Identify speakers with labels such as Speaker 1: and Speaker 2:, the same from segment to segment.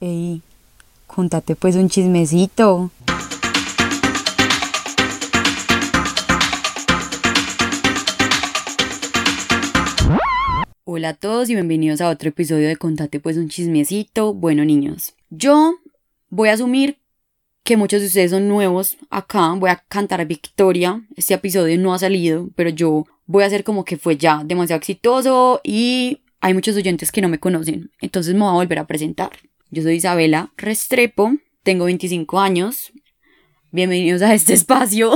Speaker 1: Ey, contate pues un chismecito. Hola a todos y bienvenidos a otro episodio de Contate pues un chismecito. Bueno niños, yo voy a asumir que muchos de ustedes son nuevos acá. Voy a cantar a Victoria. Este episodio no ha salido, pero yo voy a hacer como que fue ya demasiado exitoso y hay muchos oyentes que no me conocen. Entonces me voy a volver a presentar. Yo soy Isabela Restrepo, tengo 25 años. Bienvenidos a este espacio.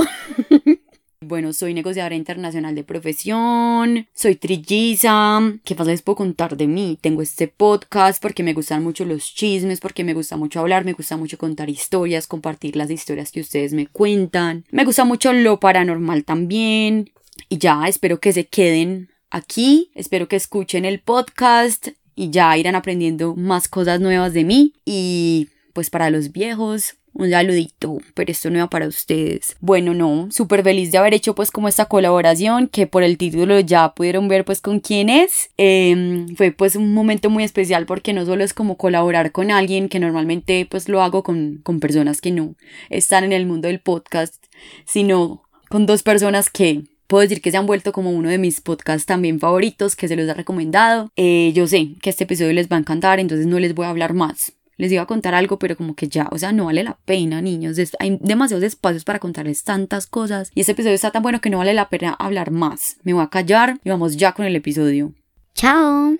Speaker 1: bueno, soy negociadora internacional de profesión, soy trilliza. ¿Qué más les puedo contar de mí? Tengo este podcast porque me gustan mucho los chismes, porque me gusta mucho hablar, me gusta mucho contar historias, compartir las historias que ustedes me cuentan. Me gusta mucho lo paranormal también. Y ya, espero que se queden aquí, espero que escuchen el podcast y ya irán aprendiendo más cosas nuevas de mí. Y pues para los viejos, un saludito, pero esto no va para ustedes. Bueno, no, súper feliz de haber hecho pues como esta colaboración, que por el título ya pudieron ver pues con quién es. Eh, fue pues un momento muy especial porque no solo es como colaborar con alguien, que normalmente pues lo hago con, con personas que no están en el mundo del podcast, sino con dos personas que puedo decir que se han vuelto como uno de mis podcasts también favoritos, que se los he recomendado. Eh, yo sé que este episodio les va a encantar, entonces no les voy a hablar más. Les iba a contar algo, pero como que ya, o sea, no vale la pena, niños. Es- hay demasiados espacios para contarles tantas cosas. Y este episodio está tan bueno que no vale la pena hablar más. Me voy a callar y vamos ya con el episodio.
Speaker 2: Chao.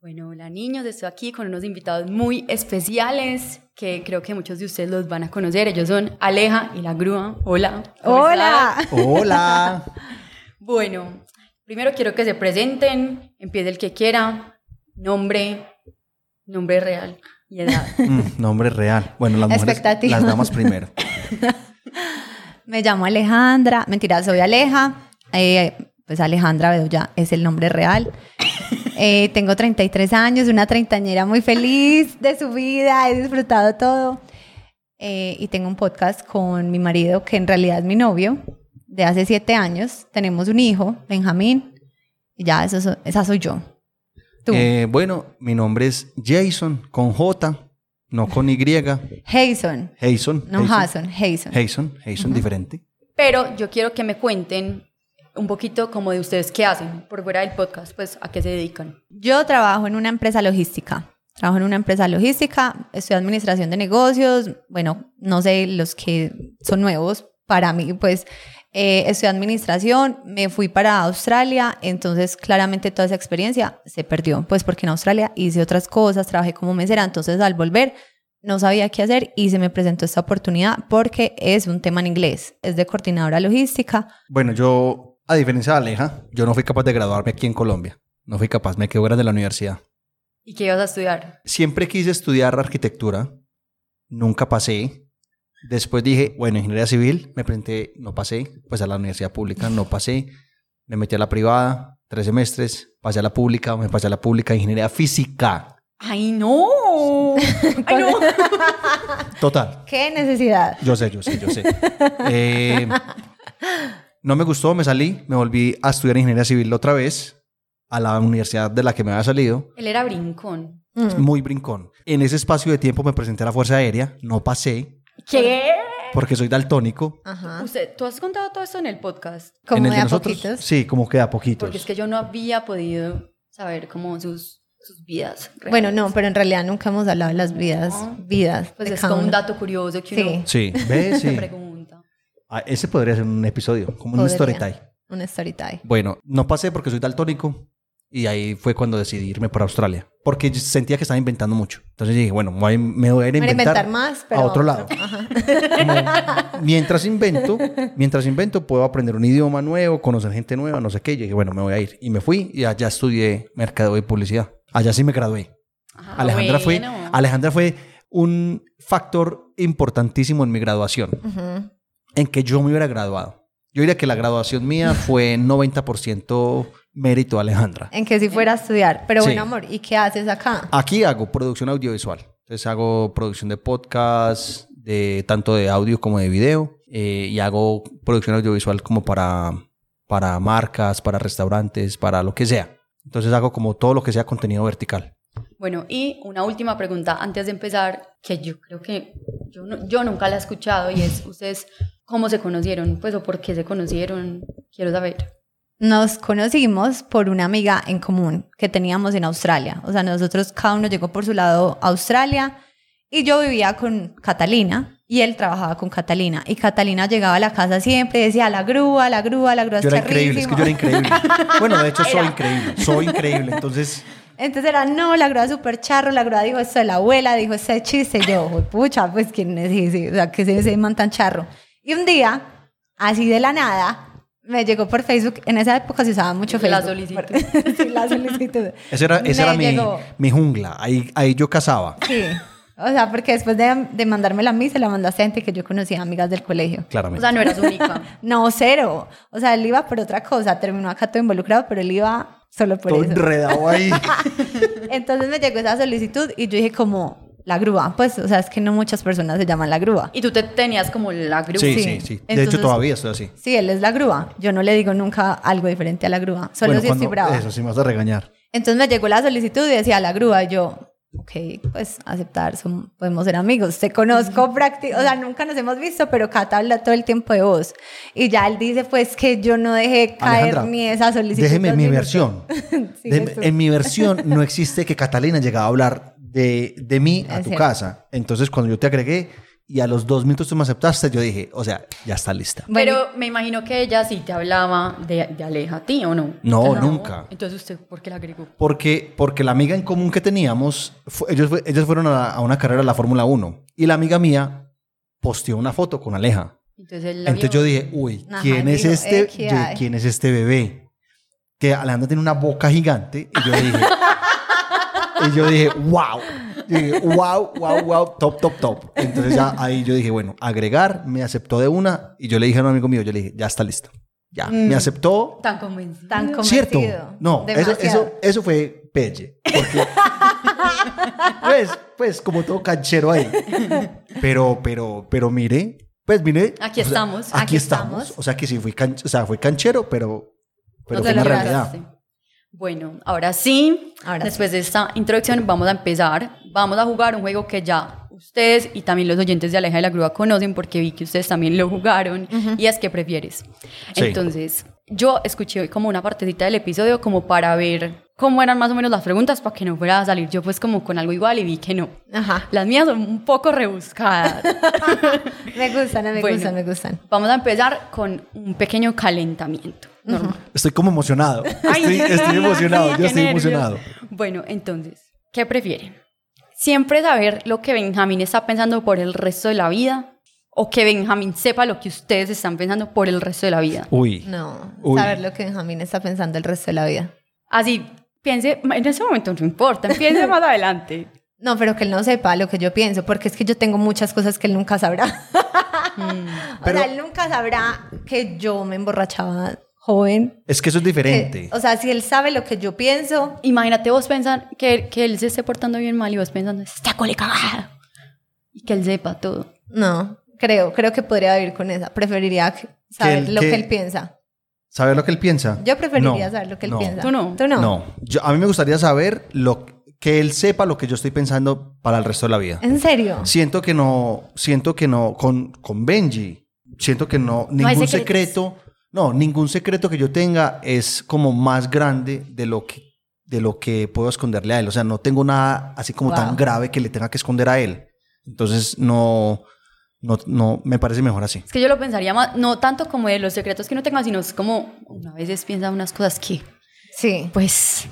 Speaker 1: Bueno, hola niños, estoy aquí con unos invitados muy especiales que creo que muchos de ustedes los van a conocer. Ellos son Aleja y La Grúa. Hola.
Speaker 2: Hola.
Speaker 3: Hola.
Speaker 1: Bueno, primero quiero que se presenten, empiece el que quiera, nombre, nombre real y edad.
Speaker 3: Mm, nombre real. Bueno, las mujeres,
Speaker 2: Expectativa.
Speaker 3: las damas primero.
Speaker 2: Me llamo Alejandra. Mentira, soy Aleja. Eh, pues Alejandra Bedoya es el nombre real. Eh, tengo 33 años, una treintañera muy feliz de su vida, he disfrutado todo. Eh, y tengo un podcast con mi marido, que en realidad es mi novio, de hace siete años. Tenemos un hijo, Benjamín. Y ya, eso, so- esa soy yo. Tú.
Speaker 3: Eh, bueno, mi nombre es Jason con J, no con Y. Jason.
Speaker 2: Jason.
Speaker 3: Jason.
Speaker 2: No, Jason. Jason.
Speaker 3: Jason, Jason diferente.
Speaker 1: Pero yo quiero que me cuenten un poquito como de ustedes qué hacen por fuera del podcast, pues a qué se dedican.
Speaker 2: Yo trabajo en una empresa logística. Trabajo en una empresa logística, estudio administración de negocios. Bueno, no sé, los que son nuevos para mí, pues eh, estudié administración, me fui para Australia, entonces claramente toda esa experiencia se perdió, pues porque en Australia hice otras cosas, trabajé como mesera, entonces al volver no sabía qué hacer y se me presentó esta oportunidad porque es un tema en inglés, es de coordinadora logística.
Speaker 3: Bueno, yo, a diferencia de Aleja, yo no fui capaz de graduarme aquí en Colombia. No fui capaz, me quedé fuera de la universidad.
Speaker 1: ¿Y qué ibas a estudiar?
Speaker 3: Siempre quise estudiar arquitectura, nunca pasé. Después dije, bueno, ingeniería civil, me presenté, no pasé, pues a la universidad pública, no pasé. Me metí a la privada, tres semestres, pasé a la pública, me pasé a la pública, ingeniería física.
Speaker 1: ¡Ay, no! ¡Ay, no!
Speaker 3: Total,
Speaker 2: ¿Qué necesidad?
Speaker 3: yo sé, yo sé, yo sé. Eh, no me gustó, me salí, me volví a estudiar ingeniería civil otra vez a la universidad de la que me había salido.
Speaker 1: Él era brincón.
Speaker 2: Mm.
Speaker 3: Muy brincón. En ese espacio de tiempo me presenté a la Fuerza Aérea, no pasé
Speaker 1: ¿Qué?
Speaker 3: porque soy daltónico.
Speaker 2: Ajá.
Speaker 1: Ah. Usted, ¿Tú has contado todo esto en el podcast?
Speaker 2: Como
Speaker 3: En el
Speaker 2: de
Speaker 3: de
Speaker 2: a
Speaker 3: nosotros,
Speaker 2: poquitos.
Speaker 3: Sí, como que de a poquitos.
Speaker 1: Porque es que yo no había podido saber cómo sus, sus vidas. reales.
Speaker 2: Bueno, no, pero en realidad nunca hemos hablado de las vidas, vidas.
Speaker 1: Pues
Speaker 2: de
Speaker 1: es
Speaker 2: cada
Speaker 1: como un
Speaker 2: uno.
Speaker 1: dato curioso que
Speaker 2: Sí.
Speaker 1: uno
Speaker 3: Sí, ¿ves?
Speaker 1: se
Speaker 3: Sí.
Speaker 1: pregunta.
Speaker 3: Ah, ese podría ser un episodio, como un
Speaker 2: Podría.
Speaker 3: story time.
Speaker 2: Un story time.
Speaker 3: Bueno, no pasé porque soy daltónico y ahí fue cuando decidí irme para Australia. Porque yo sentía que estaba inventando mucho. Entonces dije, bueno, voy- me voy a ir a
Speaker 2: Para
Speaker 3: inventar,
Speaker 2: inventar más, pero
Speaker 3: a otro lado.
Speaker 2: Ajá.
Speaker 3: Como, mientras invento, mientras invento puedo aprender un idioma nuevo, conocer gente nueva, no sé qué. Yo dije, bueno, me voy a ir. Y me fui y allá estudié mercado y publicidad. Allá sí me gradué.
Speaker 1: Ajá,
Speaker 3: Alejandra, fue,
Speaker 1: Ah, bueno.
Speaker 3: Alejandra fue un factor importantísimo en mi graduación,
Speaker 2: Ujú.
Speaker 3: en que yo me hubiera graduado. Yo diría que la graduación mía fue 90% mérito de Alejandra.
Speaker 2: En que si fuera a estudiar. Pero
Speaker 3: Sí.
Speaker 2: bueno, amor, ¿y qué haces acá?
Speaker 3: Aquí hago producción audiovisual. Entonces hago producción de podcast, de, tanto de audio como de video, eh, y hago producción audiovisual como para, para marcas, para restaurantes, para lo que sea. Entonces hago como todo lo que sea contenido vertical.
Speaker 1: Bueno, y una última pregunta antes de empezar, que yo creo que yo, no- yo nunca la he escuchado y es, ¿ustedes cómo se conocieron? Pues, ¿o por qué se conocieron? Quiero saber.
Speaker 2: Nos conocimos por una amiga en común que teníamos en Australia. O sea, nosotros cada uno llegó por su lado a Australia y yo vivía con Catalina y él trabajaba con Catalina. Y Catalina llegaba a la casa siempre y decía, la grúa, la grúa, la grúa
Speaker 3: Yo
Speaker 2: es
Speaker 3: era increíble, es que yo era
Speaker 2: charrísima".
Speaker 3: increíble. Bueno, de hecho, soy increíble. Soy increíble. Entonces,
Speaker 2: Entonces era, no, la grúa es súper charro, la grúa dijo esto de la abuela, dijo este chiste. Y yo, "Jue pucha, pues quién es ese? o sea, que se ese man tan charro. Y un día, así de la nada, me llegó por Facebook. En esa época se usaba mucho
Speaker 1: La
Speaker 2: Facebook.
Speaker 1: solicitud.
Speaker 2: sí, la solicitud.
Speaker 3: esa era, esa
Speaker 2: Me
Speaker 3: era mi,
Speaker 2: llegó.
Speaker 3: mi jungla. Ahí, ahí yo cazaba.
Speaker 2: Sí. O sea, porque después de, de mandármela a mí, se la mandaste a gente que yo conocía, amigas del colegio.
Speaker 1: O
Speaker 3: Claramente.
Speaker 1: sea, no eras única.
Speaker 2: No, cero. O sea, él iba por otra cosa. Terminó acá todo involucrado, pero él iba solo por
Speaker 3: Todo
Speaker 2: eso.
Speaker 3: enredado ahí.
Speaker 2: Entonces me llegó esa solicitud y yo dije como, la grúa. Pues, o sea, es que no muchas personas se llaman la grúa.
Speaker 1: Y tú te tenías como la grupa.
Speaker 3: Sí,
Speaker 2: Sí.
Speaker 3: sí, sí. De
Speaker 2: Entonces-
Speaker 3: hecho, todavía estoy así.
Speaker 2: Sí, él es la grúa. Yo no le digo nunca algo diferente a la grúa. Solo
Speaker 3: Bueno,
Speaker 2: si
Speaker 3: cuando-
Speaker 2: estoy brava.
Speaker 3: Eso sí me vas a regañar.
Speaker 2: Entonces me llegó la solicitud y decía la grúa. Y yo, ok, pues aceptar, som- podemos ser amigos. Te conozco prácticamente, o sea, nunca nos hemos visto, pero Cata habla todo el tiempo de vos. Y ya él dice, pues que yo no dejé caer
Speaker 3: Alejandra,
Speaker 2: ni esa solicitud.
Speaker 3: Déjeme
Speaker 2: dos
Speaker 3: mi
Speaker 2: minutos.
Speaker 3: versión.
Speaker 2: Sigue
Speaker 3: Déjeme-
Speaker 2: tú.
Speaker 3: en mi versión no existe que Catalina llegaba a hablar de, de mí a
Speaker 2: Es
Speaker 3: tu
Speaker 2: cierto.
Speaker 3: casa. Entonces, cuando yo te agregué y a los dos minutos tú me aceptaste, yo dije, o sea, ya está lista.
Speaker 2: Bueno,
Speaker 1: Pero me imagino que ella sí te hablaba de, de Aleja a ti, ¿o no?
Speaker 3: No, nunca.
Speaker 1: Entonces, ¿usted por qué la agregó?
Speaker 3: Porque, porque la amiga en común que teníamos, fu- ellos, fue- ellos fueron a, a una carrera de la Fórmula 1 y la amiga mía posteó una foto con Aleja.
Speaker 1: Entonces, él la
Speaker 3: Entonces
Speaker 1: vio.
Speaker 3: yo dije, uy,
Speaker 2: Ajá,
Speaker 3: ¿quién es
Speaker 2: digo,
Speaker 3: este?
Speaker 2: eh, ¿qué
Speaker 3: yo,
Speaker 2: hay?
Speaker 3: ¿Quién es este bebé? Que Alejandro tiene una boca gigante. Y yo dije, y yo dije, wow. Yo dije, wow, wow, wow, top, top, top. Entonces ya ahí yo dije, bueno, agregar, me aceptó de una. Y yo le dije a un amigo mío, yo le dije, ya está listo. Ya,
Speaker 2: Mm.
Speaker 3: me aceptó.
Speaker 1: Tan convencida.
Speaker 2: tan
Speaker 3: ¿Cierto?
Speaker 2: convencido.
Speaker 3: No, eso,
Speaker 2: Demasiado.
Speaker 3: eso, eso fue pelle. porque- pues, pues, como todo canchero ahí. Pero, pero, pero mire, pues mire.
Speaker 1: Aquí
Speaker 3: o sea,
Speaker 1: estamos,
Speaker 3: Aquí,
Speaker 2: aquí
Speaker 3: estamos.
Speaker 2: estamos.
Speaker 3: O sea que sí fui, can- o sea, fue canchero, pero, pero
Speaker 1: No
Speaker 3: fue
Speaker 1: te
Speaker 3: una
Speaker 1: lo
Speaker 3: realidad.
Speaker 1: lograste. Bueno, ahora sí,
Speaker 2: Ahora
Speaker 1: después de esta introducción vamos a empezar. Vamos a jugar un juego que ya ustedes y también los oyentes de Aleja de la Grúa conocen porque vi que ustedes también lo jugaron y es que prefieres.
Speaker 3: Sí.
Speaker 1: Entonces, yo escuché hoy como una partecita del episodio como para ver cómo eran más o menos las preguntas para que no fuera a salir yo pues como con algo igual y vi que no.
Speaker 2: Ajá.
Speaker 1: Las mías son un poco rebuscadas.
Speaker 2: Me gustan, me
Speaker 1: Bueno.
Speaker 2: gustan, me gustan.
Speaker 1: vamos a empezar con un pequeño calentamiento. Normal.
Speaker 3: Estoy como emocionado.
Speaker 1: Ay,
Speaker 3: Estoy,
Speaker 1: sí,
Speaker 3: estoy emocionado.
Speaker 1: qué
Speaker 3: Yo estoy
Speaker 1: nervios.
Speaker 3: emocionado.
Speaker 1: Bueno, entonces, ¿qué prefieren? ¿Siempre saber lo que Benjamín está pensando por el resto de la vida? ¿O que Benjamín sepa lo que ustedes están pensando por el resto de la vida?
Speaker 3: Uy.
Speaker 2: No,
Speaker 3: Uy.
Speaker 2: saber lo que Benjamín está pensando el resto de la vida.
Speaker 1: Así, piense, en ese momento no importa, piense más adelante.
Speaker 2: No, pero que él no sepa lo que yo pienso, porque es que yo tengo muchas cosas que él nunca sabrá.
Speaker 3: Pero-
Speaker 2: o sea, él nunca sabrá que yo me emborrachaba joven.
Speaker 3: Es que eso es
Speaker 2: que-
Speaker 3: diferente.
Speaker 2: Eh, o sea, si él sabe lo que yo pienso,
Speaker 1: Imagínate vos pensar que, que él se esté portando bien mal y vos pensando, está cole cagada. Y que él sepa todo.
Speaker 2: no, creo, creo que podría vivir con esa. Preferiría que- saber
Speaker 3: él-
Speaker 2: lo
Speaker 3: que-
Speaker 2: que él piensa.
Speaker 3: ¿Saber lo que él piensa?
Speaker 2: Yo preferiría
Speaker 3: No,
Speaker 2: saber lo que él
Speaker 3: no.
Speaker 2: piensa.
Speaker 1: ¿Tú no?
Speaker 2: ¿Tú no?
Speaker 3: No. Yo- a mí me gustaría saber lo, que él sepa lo que yo estoy pensando para el resto de la vida.
Speaker 2: ¿En serio?
Speaker 3: Siento que no, siento que no, con, con Benji, siento que no,
Speaker 1: hay
Speaker 3: ningún
Speaker 1: secretos.
Speaker 3: secreto, no, ningún secreto que yo tenga es como más grande de lo que, de lo que puedo esconderle a él. O sea, no tengo nada así como
Speaker 2: Wow.
Speaker 3: tan grave que le tenga que esconder a él. Entonces, no, no, no, me parece mejor así.
Speaker 1: Es que yo lo pensaría más, no tanto como de los secretos que no tenga, sino es como, una veces piensa unas cosas que,
Speaker 2: Sí.
Speaker 1: pues,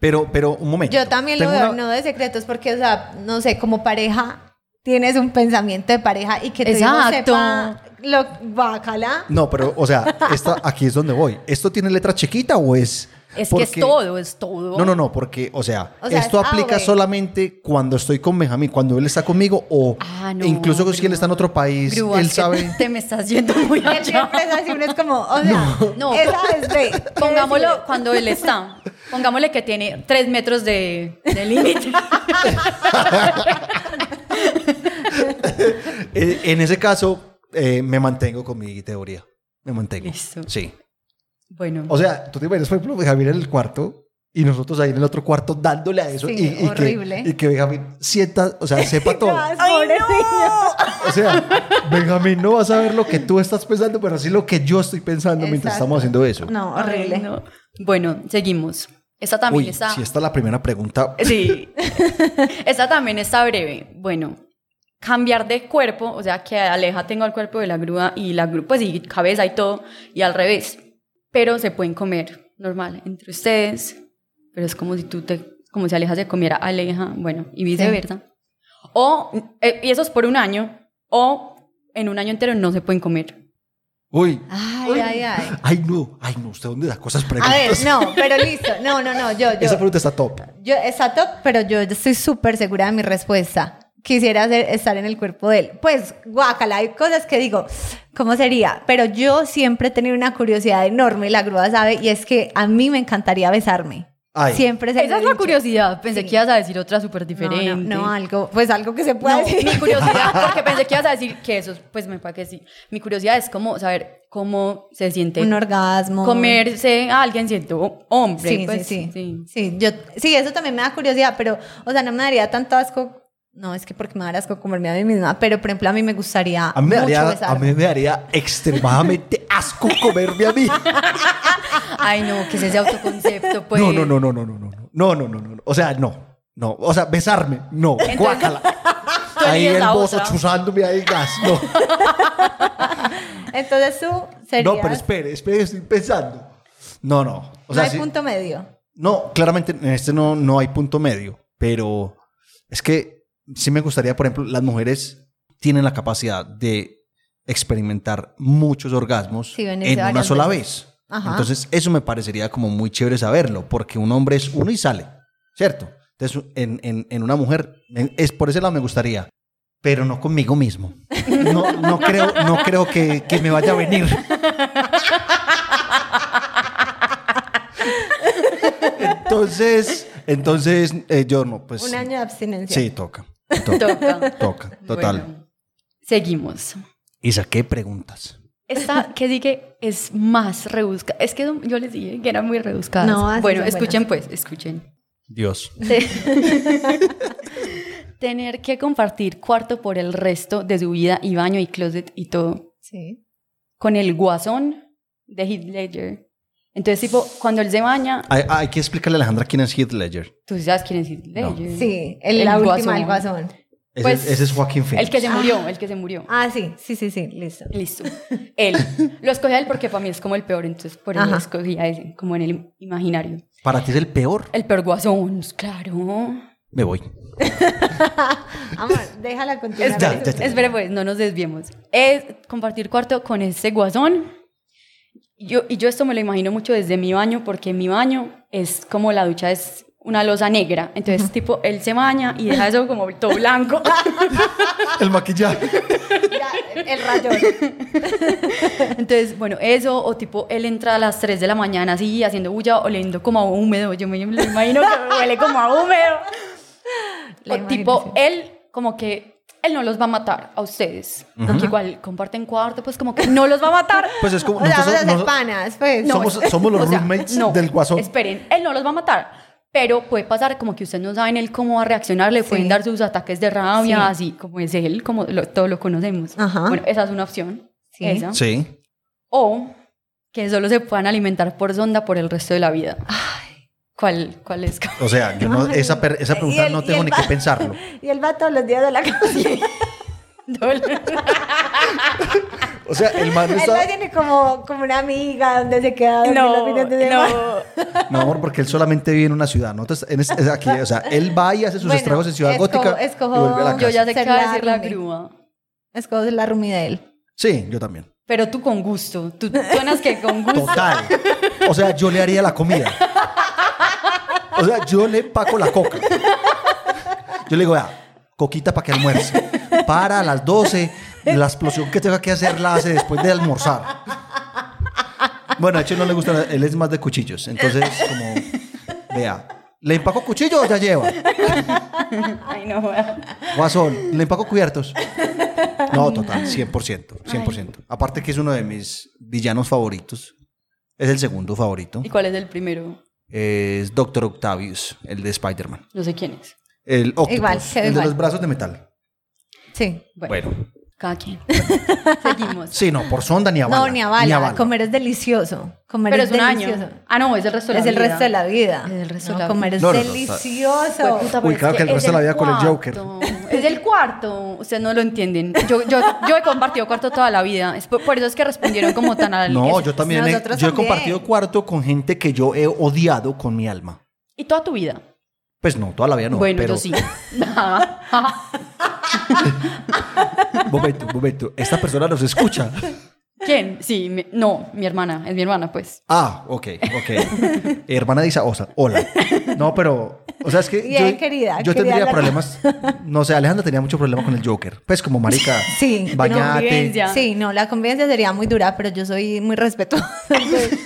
Speaker 3: Pero, pero, un momento.
Speaker 2: Yo también lo
Speaker 3: Tengo
Speaker 2: veo,
Speaker 3: una-
Speaker 2: no de secretos, porque, o sea, no sé, como pareja, tienes un pensamiento de pareja y que tú no
Speaker 1: Exacto.
Speaker 2: sepa lo bacala.
Speaker 3: No, pero, o sea, esta, aquí es donde voy. ¿Esto tiene letra chiquita o es...?
Speaker 1: es que
Speaker 3: porque-
Speaker 1: es todo, es todo.
Speaker 3: No, no, no, porque, o sea,
Speaker 2: O sea,
Speaker 3: esto
Speaker 2: es ah, A o
Speaker 3: aplica
Speaker 2: B.
Speaker 3: solamente cuando estoy con Benjamín, cuando él está conmigo o
Speaker 1: Ah, no,
Speaker 3: incluso si él
Speaker 1: grúa.
Speaker 3: está en otro país,
Speaker 1: Grúa,
Speaker 3: él
Speaker 1: es que
Speaker 3: sabe.
Speaker 1: Te me estás yendo muy
Speaker 2: Él
Speaker 1: allá.
Speaker 2: siempre es así, uno es como, o sea,
Speaker 1: No.
Speaker 2: esa es de.
Speaker 1: Pongámoslo cuando él está. Pongámosle que tiene tres metros de, de límite.
Speaker 3: Eh, en ese caso, eh, me mantengo con mi teoría. Me mantengo.
Speaker 1: Listo.
Speaker 3: Sí.
Speaker 1: Bueno,
Speaker 3: O sea, tú te imaginas, por ejemplo, Benjamín en el cuarto Y nosotros ahí en el otro cuarto dándole a eso.
Speaker 2: Sí,
Speaker 3: y, y
Speaker 2: horrible.
Speaker 3: Que, y que Benjamín sienta, o sea, sepa todo. O sea, Benjamín no va a saber lo que tú estás pensando, pero sí lo que yo estoy pensando mientras
Speaker 2: Exacto.
Speaker 3: estamos haciendo eso.
Speaker 2: No, horrible.
Speaker 1: Ay, no. Bueno, seguimos. Esta también
Speaker 3: Uy,
Speaker 1: está.
Speaker 3: si esta es la primera pregunta,
Speaker 1: Sí. Esta también está breve. Bueno, cambiar de cuerpo, o sea, que Aleja tenga el cuerpo de la grúa y la grúa, pues y cabeza y todo, y al revés. Pero se pueden comer normal entre ustedes, pero es como si tú te, como si Aleja se comiera a Aleja, bueno, y viceversa. O, eh, y eso es por un año, o en un año entero no se pueden comer.
Speaker 3: uy,
Speaker 2: Ay, ay, ay.
Speaker 3: ay no, ay no, usted dónde da cosas
Speaker 2: A
Speaker 3: preguntas.
Speaker 2: ver, no, pero listo. No, no, no. Yo,
Speaker 3: Esa
Speaker 2: yo,
Speaker 3: pregunta está top.
Speaker 2: yo está top, pero yo estoy súper segura de mi respuesta. Quisiera ser- estar en el cuerpo de él. Pues, guácala, hay cosas que digo, ¿cómo sería? Pero yo siempre he tenido una curiosidad enorme, y la grúa sabe, y es que a mí me encantaría besarme.
Speaker 3: Ay.
Speaker 2: Siempre se lo
Speaker 1: Esa
Speaker 2: he
Speaker 1: es la
Speaker 2: dicho.
Speaker 1: curiosidad. Pensé
Speaker 2: Sí.
Speaker 1: que ibas a decir otra súper diferente.
Speaker 2: No, no, no, algo, pues algo que se pueda
Speaker 1: No,
Speaker 2: decir.
Speaker 1: mi curiosidad, porque pensé que ibas a decir que eso, pues me parece que sí. Mi curiosidad es como saber cómo se siente
Speaker 2: Un orgasmo.
Speaker 1: comerse a alguien siendo hombre.
Speaker 2: Sí,
Speaker 1: pues,
Speaker 2: sí, sí, sí. yo, sí, eso también me da curiosidad, pero, o sea, no me daría tanto asco. No, es que porque me da asco comerme a mí misma, pero por ejemplo, a mí me gustaría.
Speaker 3: A mí, me
Speaker 2: mucho
Speaker 3: daría, a
Speaker 2: besarme.
Speaker 3: mí me daría extremadamente asco comerme a mí.
Speaker 1: Ay, no, que es ese autoconcepto, pues.
Speaker 3: No, no, no, no, no, no, no, no, no, no, no, no. O sea, no, no. O sea, besarme, no, guácala. Ahí
Speaker 1: eliges
Speaker 3: el
Speaker 1: la
Speaker 3: bozo
Speaker 1: otra.
Speaker 3: chuzándome ahí gas, no.
Speaker 2: Entonces tú serías.
Speaker 3: No, pero espere, espere, estoy pensando. No, no. O
Speaker 2: no
Speaker 3: sea,
Speaker 2: hay
Speaker 3: sí-
Speaker 2: punto medio.
Speaker 3: no, claramente en este no, no hay punto medio, pero es que sí me gustaría, por ejemplo, las mujeres tienen la capacidad de experimentar muchos orgasmos
Speaker 2: Sí, venirse
Speaker 3: en una
Speaker 2: varias
Speaker 3: sola
Speaker 2: veces.
Speaker 3: vez.
Speaker 2: Ajá.
Speaker 3: Entonces, eso me parecería como muy chévere saberlo, porque un hombre es uno y sale, ¿cierto? Entonces, en, en- en una mujer, en- es por ese lado me gustaría, pero no conmigo mismo. No, no creo, no creo que, que me vaya a venir. Entonces, entonces eh, yo no, pues...
Speaker 2: Un año de abstinencia.
Speaker 3: Sí, toca. Toca,
Speaker 1: Toca.
Speaker 3: toca, total.
Speaker 1: Bueno, seguimos.
Speaker 3: Y saqué preguntas.
Speaker 1: Esta que sí que es más rebuscada. Es que yo les dije que eran muy rebuscadas.
Speaker 2: No, así
Speaker 1: bueno,
Speaker 2: son
Speaker 1: escuchen pues, escuchen.
Speaker 3: Dios.
Speaker 1: Te- Tener que compartir cuarto por el resto de su vida y baño y closet y todo
Speaker 2: Sí.
Speaker 1: con el guasón de Heath Ledger. Entonces, tipo, cuando él se baña,
Speaker 3: Hay, hay que explicarle a Alejandra quién es Heath Ledger.
Speaker 1: tú sabes quién es Heath Ledger.
Speaker 2: Sí, el,
Speaker 1: El
Speaker 2: la
Speaker 1: guasón.
Speaker 2: última, el guasón.
Speaker 3: Ese,
Speaker 1: Pues,
Speaker 3: ese es Joaquín Phoenix.
Speaker 1: El que se murió, el que se murió.
Speaker 2: Ah, sí, sí, sí, sí, listo.
Speaker 1: Listo. Él. Lo escogí a él porque para mí es como el peor, entonces por eso
Speaker 2: Ajá.
Speaker 1: escogí a ese, como en el imaginario.
Speaker 3: Para ti es el peor.
Speaker 1: El peor guasón, claro.
Speaker 3: Me voy.
Speaker 2: Amor, déjala continuar.
Speaker 3: Ya, ya, ya.
Speaker 1: Espera, pues, no nos desviemos. Es compartir cuarto con ese guasón. Yo, y yo esto me lo imagino mucho desde mi baño, porque mi baño es como la ducha es una losa negra. Entonces, tipo, él se baña y deja eso como todo blanco.
Speaker 3: El maquillaje.
Speaker 2: Ya, el rayón.
Speaker 1: Entonces, bueno, eso, o tipo, él entra a las 3 de la mañana así, haciendo bulla, oliendo como a húmedo. Yo me lo imagino que huele como a húmedo.
Speaker 2: La
Speaker 1: o tipo,
Speaker 2: imaginación.
Speaker 1: él como que, él no los va a matar a ustedes. Porque igual comparten cuarto, pues como que no los va a matar.
Speaker 3: Pues es como.
Speaker 2: O sea, vamos a
Speaker 3: nosotros-
Speaker 2: ser
Speaker 3: nos-
Speaker 2: panas, pues.
Speaker 1: No,
Speaker 3: somos, somos los
Speaker 1: o sea,
Speaker 3: roommates
Speaker 1: no,
Speaker 3: del guasón.
Speaker 1: Esperen, él no los va a matar, pero puede pasar como que ustedes no saben él cómo va a reaccionar, le
Speaker 2: Sí.
Speaker 1: pueden dar sus ataques de rabia,
Speaker 2: Sí.
Speaker 1: así como es él, como lo- todos lo conocemos.
Speaker 2: Ajá.
Speaker 1: Bueno, esa es una opción.
Speaker 2: Sí.
Speaker 1: esa.
Speaker 3: Sí.
Speaker 1: O que solo se puedan alimentar por sonda por el resto de la vida. ¿Cuál, cuál es?
Speaker 3: O sea, yo no, esa, per- esa pregunta
Speaker 2: Y el-
Speaker 3: no
Speaker 2: y
Speaker 3: tengo
Speaker 2: el
Speaker 3: ni que
Speaker 2: ba-
Speaker 3: pensarlo.
Speaker 2: Y él va todos los días de la cocina.
Speaker 3: O sea, el man
Speaker 2: Él no tiene como, como una amiga donde se queda dormido los
Speaker 1: no,
Speaker 2: fines de semana.
Speaker 1: no.
Speaker 3: No, amor, porque él solamente vive en una ciudad. ¿no? Entonces, en es- es aquí, o sea, él va y hace sus
Speaker 2: Bueno,
Speaker 3: estragos en Ciudad
Speaker 2: escojo-
Speaker 3: Gótica
Speaker 2: escojo-
Speaker 3: y vuelve a la
Speaker 2: yo
Speaker 1: Yo
Speaker 3: casa.
Speaker 1: ya sé que va a decir la
Speaker 2: Celular, hombre.
Speaker 1: grúa.
Speaker 2: Es como la rumi de él.
Speaker 3: Sí, yo también.
Speaker 1: Pero tú con gusto, tú suenas que con gusto.
Speaker 3: Total. O sea, yo le haría la comida. O sea, yo le empaco la coca. Yo le digo, vea, coquita para que almuerce. Para a las 12, la explosión que tenga que hacer la hace después de almorzar. Bueno, a Che no le gusta, él es más de cuchillos. Entonces, como, vea, ¿le empaco cuchillo o ya lleva?
Speaker 1: Ay, no, joda.
Speaker 3: Guasón, le empaco cubiertos. No, total, 100%, 100%. Aparte que es uno de mis villanos favoritos. Es el segundo favorito.
Speaker 1: ¿Y cuál es el primero?
Speaker 3: es Doctor Octavius, el de Spider-Man.
Speaker 1: No sé quién es.
Speaker 3: El Octopus,
Speaker 2: Igual,
Speaker 3: el
Speaker 2: queda igual.
Speaker 3: de los brazos de metal.
Speaker 2: Sí.
Speaker 1: Bueno,
Speaker 3: Bueno.
Speaker 1: cada quien. Seguimos.
Speaker 3: Sí, no, por sonda ni a bala.
Speaker 2: No, ni a bala.
Speaker 3: bala.
Speaker 2: Comer es delicioso. Comer
Speaker 1: Pero
Speaker 2: es,
Speaker 1: es un
Speaker 2: delicioso.
Speaker 1: año. Ah, no, es el resto de la
Speaker 2: Es el
Speaker 1: vida.
Speaker 2: resto de la vida.
Speaker 1: Es el resto
Speaker 2: No,
Speaker 1: de la
Speaker 2: comer
Speaker 1: vida.
Speaker 2: es
Speaker 3: No, no, no,
Speaker 1: Jueputa,
Speaker 2: delicioso.
Speaker 3: Uy,
Speaker 1: pero es
Speaker 3: claro que el resto de la vida con el Joker.
Speaker 1: cuarto. Es del cuarto. O sea, no lo entienden. Yo, yo, yo he compartido cuarto toda la vida. Es por, por eso es que respondieron como tan al.
Speaker 3: No,
Speaker 1: es-
Speaker 3: yo también he, yo
Speaker 2: Nosotros
Speaker 3: he
Speaker 2: también.
Speaker 3: compartido cuarto con gente que yo he odiado con mi alma.
Speaker 1: Y toda tu vida.
Speaker 3: Pues no, toda la vida no.
Speaker 1: bueno,
Speaker 3: pero,
Speaker 1: yo sí. Ajá.
Speaker 3: Momento, momento. Esta persona nos escucha.
Speaker 1: ¿Quién? Sí, mi- no, mi hermana. Es mi hermana, pues.
Speaker 3: Ah, ok, ok. Hermana de Isa, o sea, hola. No, pero, o sea, es que
Speaker 2: Bien,
Speaker 3: yo,
Speaker 2: querida,
Speaker 3: yo
Speaker 2: quería
Speaker 3: tendría
Speaker 2: hablar-
Speaker 3: problemas, no sé, Alejandra tenía mucho problema con el Joker. Pues como marica,
Speaker 2: Sí,
Speaker 3: bañate.
Speaker 1: convivencia. Ya.
Speaker 2: Sí, no, la convivencia sería muy dura, pero yo soy muy respetuosa. entonces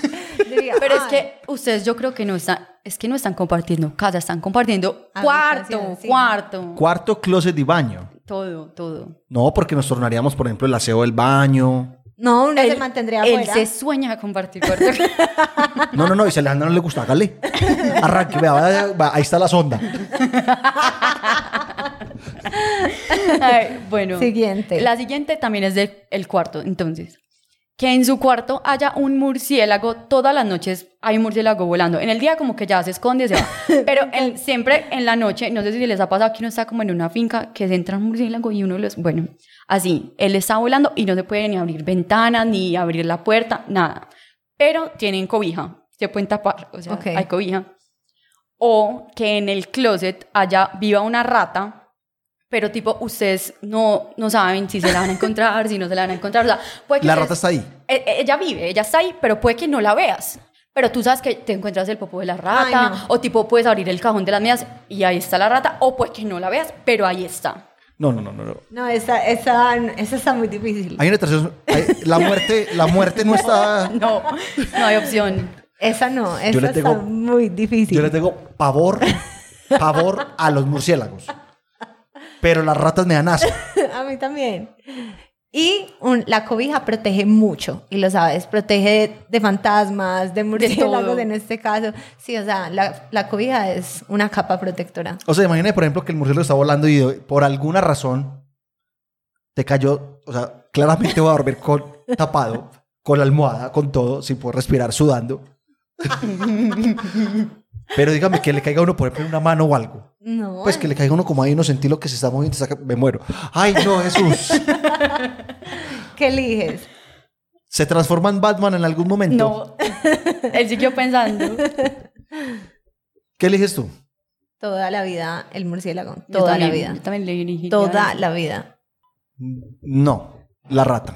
Speaker 2: diría,
Speaker 1: Pero es
Speaker 2: "Ay,
Speaker 1: que ustedes, yo creo que no están. Es que no están compartiendo casa, están compartiendo cuarto,
Speaker 2: Habitación, Ah, sí.
Speaker 1: cuarto.
Speaker 3: Cuarto, closet y baño.
Speaker 1: Todo, todo.
Speaker 3: No, porque nos tornaríamos, por ejemplo, el aseo del baño.
Speaker 2: No, uno se mantendría
Speaker 1: él
Speaker 2: afuera.
Speaker 1: se sueña a compartir cuarto.
Speaker 3: No, no, no, y si a Alejandra no le gusta, hágale. Arranque, vea, vea, vea, ahí está la sonda.
Speaker 1: Ay, bueno.
Speaker 2: Siguiente.
Speaker 1: La siguiente también es del el cuarto, entonces. Que en su cuarto haya un murciélago, todas las noches hay un murciélago volando. En el día como que ya se esconde, se va. Pero en- siempre en la noche, no sé si les ha pasado que uno está como en una finca, que se entra un murciélago y uno los... Bueno, así, él está volando y no se puede ni abrir ventanas, ni abrir la puerta, nada. Pero tienen cobija, se pueden tapar, o sea,
Speaker 2: Ok.
Speaker 1: hay cobija. O que en el closet haya viva una rata pero tipo, ustedes no, no saben si se la van a encontrar, si no se la van a encontrar. O sea, puede que
Speaker 3: La
Speaker 1: ustedes-
Speaker 3: rata está ahí.
Speaker 1: E- e- Ella vive, ella está ahí, pero puede que no la veas. Pero tú sabes que te encuentras el popo de la rata,
Speaker 2: Ay, no.
Speaker 1: o tipo, puedes abrir el cajón de las medias y ahí está la rata, o puede que no la veas, pero ahí está.
Speaker 3: No, no, no, no. no.
Speaker 2: No, esa, esa, esa está muy difícil.
Speaker 3: Hay una tercera. hay- la muerte, la muerte no está.
Speaker 1: No, no hay opción.
Speaker 2: Esa no, esa
Speaker 3: Yo le tengo-
Speaker 2: está muy difícil.
Speaker 3: Yo le tengo pavor, pavor a los murciélagos. Pero las ratas me dan asco.
Speaker 2: A mí también. Y un- la cobija protege mucho, y lo sabes, protege de, de fantasmas, de murciélagos
Speaker 1: todo.
Speaker 2: en este caso. Sí, o sea, la, la cobija es una capa protectora.
Speaker 3: O sea, imagínate, por ejemplo, que el murciélago está volando y de- por alguna razón te cayó. O sea, claramente voy a dormir con, tapado, con la almohada, con todo, sin poder respirar, sudando. Pero dígame que le caiga a uno, por ejemplo, en una mano o algo.
Speaker 2: No.
Speaker 3: Pues que le caiga a uno como ahí, no sentí lo que se está moviendo, saca- me muero. Ay, no, Jesús.
Speaker 2: ¿Qué eliges?
Speaker 3: ¿Se transforma en Batman en algún momento?
Speaker 1: No, él siguió pensando.
Speaker 3: ¿Qué eliges tú?
Speaker 2: Toda la vida el murciélago.
Speaker 1: Yo
Speaker 2: Toda la
Speaker 1: también-
Speaker 2: vida.
Speaker 1: yo también le dirigiría
Speaker 2: Toda
Speaker 1: eso.
Speaker 2: la vida.
Speaker 3: No, la rata.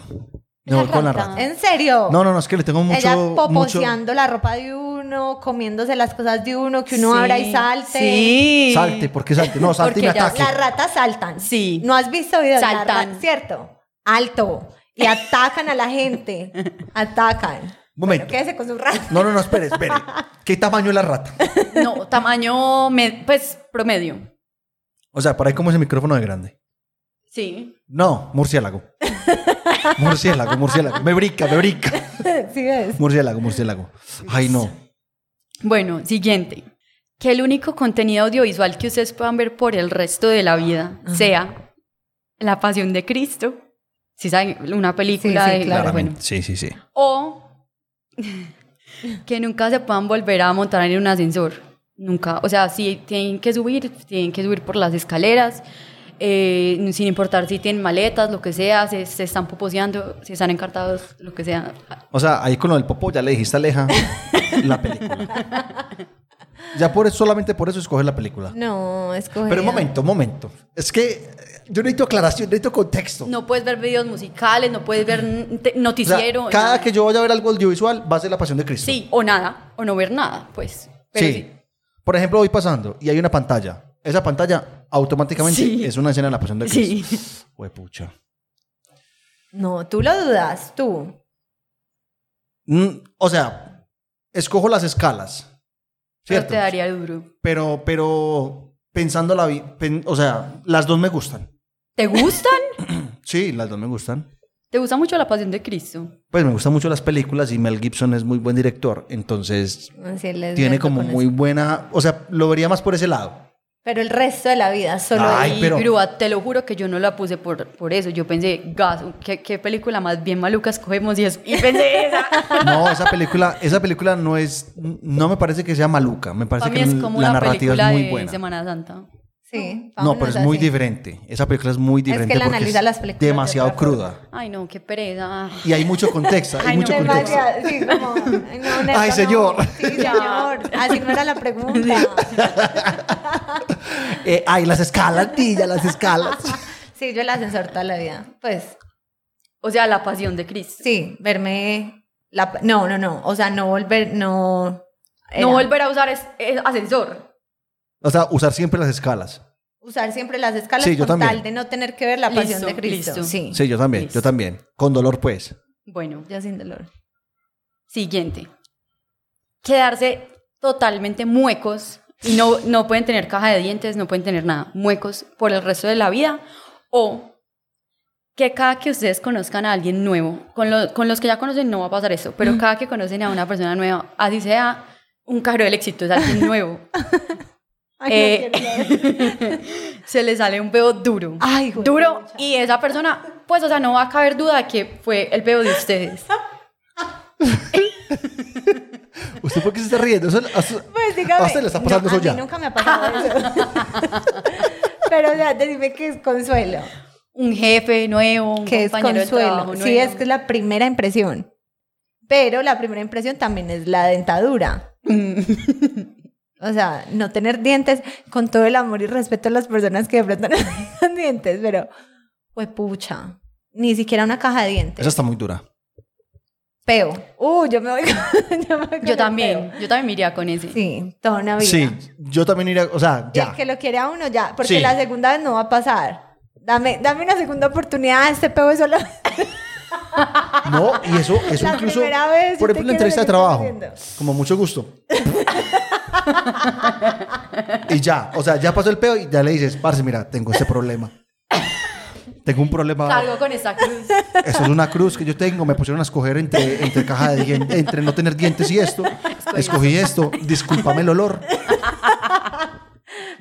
Speaker 3: Me voy con la
Speaker 1: rata.
Speaker 3: rata.
Speaker 2: ¿En serio?
Speaker 3: No, no, no, es que le tengo mucho.
Speaker 2: Ella
Speaker 3: mucho...
Speaker 2: poposeando la ropa de uno, comiéndose las cosas de uno, que uno
Speaker 1: Sí,
Speaker 2: abra y salte.
Speaker 1: Sí.
Speaker 3: Salte, ¿por qué salte? No, salte y me
Speaker 1: Porque ellas-
Speaker 3: ataque.
Speaker 2: Las ratas saltan.
Speaker 1: Sí.
Speaker 2: ¿No has visto videos? Las
Speaker 1: Saltan.
Speaker 2: ra- ¿Cierto? Alto. Y atacan a la gente. Atacan. Bueno,
Speaker 3: Momento.
Speaker 2: quédese con su rata.
Speaker 3: No, no, no, espere, espere. ¿Qué tamaño es la rata?
Speaker 1: No, tamaño, me- pues, promedio.
Speaker 3: O sea, por ahí como ese micrófono de grande.
Speaker 1: Sí.
Speaker 3: No, murciélago. Murciélago, murciélago. Me brinca, me brinca.
Speaker 2: sí ves.
Speaker 3: Murciélago, murciélago. Ay, no.
Speaker 1: Bueno, siguiente. Que el único contenido audiovisual que ustedes puedan ver por el resto de la vida sea La Pasión de Cristo, si saben, una película
Speaker 2: Sí, sí,
Speaker 1: de...
Speaker 2: claro.
Speaker 1: bueno.
Speaker 3: Claramente. Sí, sí, sí.
Speaker 1: O que nunca se puedan volver a montar en un ascensor. Nunca. O sea, si tienen que subir, tienen que subir por las escaleras, eh, sin importar si tienen maletas, lo que sea, se, se están poposeando, si están encartados, lo que sea.
Speaker 3: O sea, ahí con lo del popo ya le dijiste Aleja la película. Ya por eso, solamente por eso escoges la película.
Speaker 2: No, escogería.
Speaker 3: Pero un momento, un momento. Es que eh, yo necesito aclaración, necesito contexto.
Speaker 1: No puedes ver videos musicales, no puedes ver n- te-
Speaker 3: O sea,
Speaker 1: noticiero.
Speaker 3: cada
Speaker 1: nada.
Speaker 3: que yo vaya a ver algo audiovisual va a ser la pasión de Cristo.
Speaker 1: Sí, o nada, o no ver nada, pues. Pero
Speaker 3: Sí.
Speaker 1: sí.
Speaker 3: Por ejemplo, voy pasando y hay una pantalla. Esa pantalla automáticamente
Speaker 1: Sí.
Speaker 3: es una escena de la pasión de
Speaker 1: Sí.
Speaker 3: Cristo. Huepucha.
Speaker 2: No, tú lo dudas, tú.
Speaker 3: Mm, o sea, escojo las escalas.
Speaker 1: Pero
Speaker 3: ¿cierto?
Speaker 1: te daría duro.
Speaker 3: Pero, pero pensando la vi- pen- o sea, las dos me gustan.
Speaker 1: ¿Te gustan?
Speaker 3: Sí, las dos me gustan.
Speaker 1: ¿Te gusta mucho La Pasión de Cristo?
Speaker 3: Pues me gustan mucho las películas y Mel Gibson es muy buen director, entonces
Speaker 2: Sí, les
Speaker 3: tiene
Speaker 2: meto
Speaker 3: como
Speaker 2: con
Speaker 3: muy
Speaker 2: eso.
Speaker 3: buena, o sea, lo vería más por ese lado.
Speaker 2: Pero el resto de la vida solo...
Speaker 3: Ay,
Speaker 1: Y
Speaker 3: pero-
Speaker 1: grúa, te lo juro que yo no la puse por, por eso. Yo pensé, gas, ¿qué, qué película más bien maluca escogemos? Y, eso. y pensé esa.
Speaker 3: No, esa película, esa película no es, no me parece que sea maluca, me parece
Speaker 1: Para mí
Speaker 3: que
Speaker 1: es
Speaker 3: la
Speaker 1: como una
Speaker 3: narrativa
Speaker 1: película
Speaker 3: es muy
Speaker 1: de
Speaker 3: buena.
Speaker 1: Semana Santa.
Speaker 2: Sí,
Speaker 3: No, pero
Speaker 2: vámonos
Speaker 3: es muy
Speaker 2: así.
Speaker 3: diferente. Esa película es muy
Speaker 2: que
Speaker 3: diferente
Speaker 2: él
Speaker 3: porque
Speaker 2: analiza
Speaker 3: es
Speaker 2: las películas de
Speaker 3: demasiado
Speaker 2: otra forma.
Speaker 3: cruda.
Speaker 1: Ay, no, qué pereza. Ah.
Speaker 3: Y hay mucho contexto, hay
Speaker 1: Ay, no,
Speaker 3: mucho contexto.
Speaker 2: Demasiado, sí, como, ay, no, Nelson,
Speaker 3: Ay,
Speaker 2: no.
Speaker 3: señor.
Speaker 2: Sí, señor. Así no era la pregunta.
Speaker 3: Eh, ay, las escalas, tía, las escalas.
Speaker 2: Sí, yo el ascensor toda la vida. Pues,
Speaker 1: O sea, La Pasión de Cristo.
Speaker 2: sí, verme... La, no, no, no. O sea, no volver, no... era
Speaker 1: No volver a usar es, es- ascensor.
Speaker 3: O sea, usar siempre las escalas.
Speaker 2: Usar siempre las escalas
Speaker 3: Sí, yo
Speaker 2: con
Speaker 3: también.
Speaker 2: tal de no tener que ver la
Speaker 1: Listo,
Speaker 2: pasión de Cristo.
Speaker 1: listo.
Speaker 2: Sí.
Speaker 3: Sí, yo también,
Speaker 1: Listo.
Speaker 3: yo también. Con dolor, pues.
Speaker 1: Bueno,
Speaker 2: Yo sin dolor.
Speaker 1: siguiente. Quedarse totalmente muecos y no, no pueden tener caja de dientes, no pueden tener nada. Muecos por el resto de la vida. O que cada que ustedes conozcan a alguien nuevo, con, lo- con los que ya conocen no va a pasar eso, pero
Speaker 2: Mm.
Speaker 1: cada que conocen a una persona nueva, así sea un carro del éxito, es alguien nuevo. Eh, se le sale un peo duro.
Speaker 2: Ay, güey,
Speaker 1: duro.
Speaker 2: mucha.
Speaker 1: Y esa persona, pues, o sea, no va a caber duda de que fue el peo de ustedes.
Speaker 3: ¿Usted por qué se está riendo? Eso- eso-
Speaker 2: Pues dígame.
Speaker 3: A usted le está pasando
Speaker 2: no,
Speaker 3: eso
Speaker 2: a
Speaker 3: ya.
Speaker 2: mí nunca me ha pasado eso. Pero ya, decime que es consuelo.
Speaker 1: Un jefe nuevo, un
Speaker 2: Que es
Speaker 1: compañero de trabajo
Speaker 2: consuelo.
Speaker 1: nuevo.
Speaker 2: Sí, es que es la primera impresión. Pero la primera impresión también es la dentadura.
Speaker 1: Mm.
Speaker 2: O sea, no tener dientes, con todo el amor y respeto a las personas que de pronto no tienen dientes, pero, pues pucha, ni siquiera una caja de dientes.
Speaker 3: Esa está muy dura.
Speaker 2: Peo. Uh, yo me voy con, yo, me voy con
Speaker 1: Yo
Speaker 2: el
Speaker 1: también, yo también me iría con ese.
Speaker 2: peo. Sí, toda una vida.
Speaker 3: Sí, yo también iría, o sea,
Speaker 2: Y
Speaker 3: ya.
Speaker 2: el que lo quiere a uno ya, porque
Speaker 3: Sí.
Speaker 2: la segunda vez no va a pasar. Dame, dame una segunda oportunidad, este peo es solo...
Speaker 3: No, y eso, eso
Speaker 2: La
Speaker 3: incluso.
Speaker 2: primera vez, yo
Speaker 3: por
Speaker 2: te
Speaker 3: ejemplo, la
Speaker 2: quiero
Speaker 3: entrevista de
Speaker 2: seguir
Speaker 3: trabajo.
Speaker 2: conociendo.
Speaker 3: Como mucho gusto. y ya, o sea, ya pasó el peo y ya le dices, parce, mira, tengo este problema. Tengo un problema.
Speaker 1: Cargo con esta cruz.
Speaker 3: Eso es una cruz que yo tengo. Me pusieron a escoger entre, entre caja de dien- entre no tener dientes y esto. Escogí esto. Discúlpame el olor.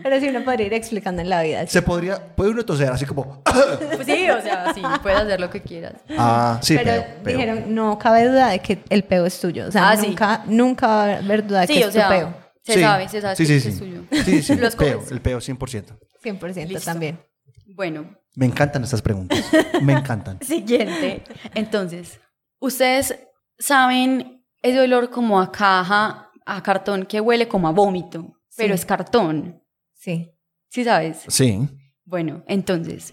Speaker 2: Pero sí, uno podría ir explicando en la vida.
Speaker 3: Se podría, puede uno toser así como,
Speaker 1: Pues sí, o sea, sí, puedes hacer lo que quieras.
Speaker 3: ah, sí,
Speaker 2: pero
Speaker 3: peo, peo.
Speaker 2: dijeron, no cabe duda de que el peo es tuyo. O sea,
Speaker 1: Ah, sí.
Speaker 2: nunca, nunca va a haber duda de
Speaker 1: Sí,
Speaker 2: que
Speaker 1: o
Speaker 2: es tu
Speaker 1: sea,
Speaker 2: peo.
Speaker 1: se
Speaker 3: Sí,
Speaker 1: sabe, se sabe
Speaker 3: sí,
Speaker 1: que
Speaker 3: sí,
Speaker 1: es
Speaker 3: sí.
Speaker 1: suyo.
Speaker 3: Sí, sí,
Speaker 1: Los
Speaker 3: el peo,
Speaker 1: coges.
Speaker 3: el peo 100%.
Speaker 2: 100%
Speaker 1: Listo.
Speaker 2: también.
Speaker 1: Bueno,
Speaker 3: Me encantan estas preguntas. Me encantan.
Speaker 1: Siguiente. Entonces, ustedes saben ese olor como a caja, a cartón que huele como a vómito, pero es cartón.
Speaker 2: Sí.
Speaker 1: ¿Sí sabes?
Speaker 3: Sí.
Speaker 1: Bueno, entonces,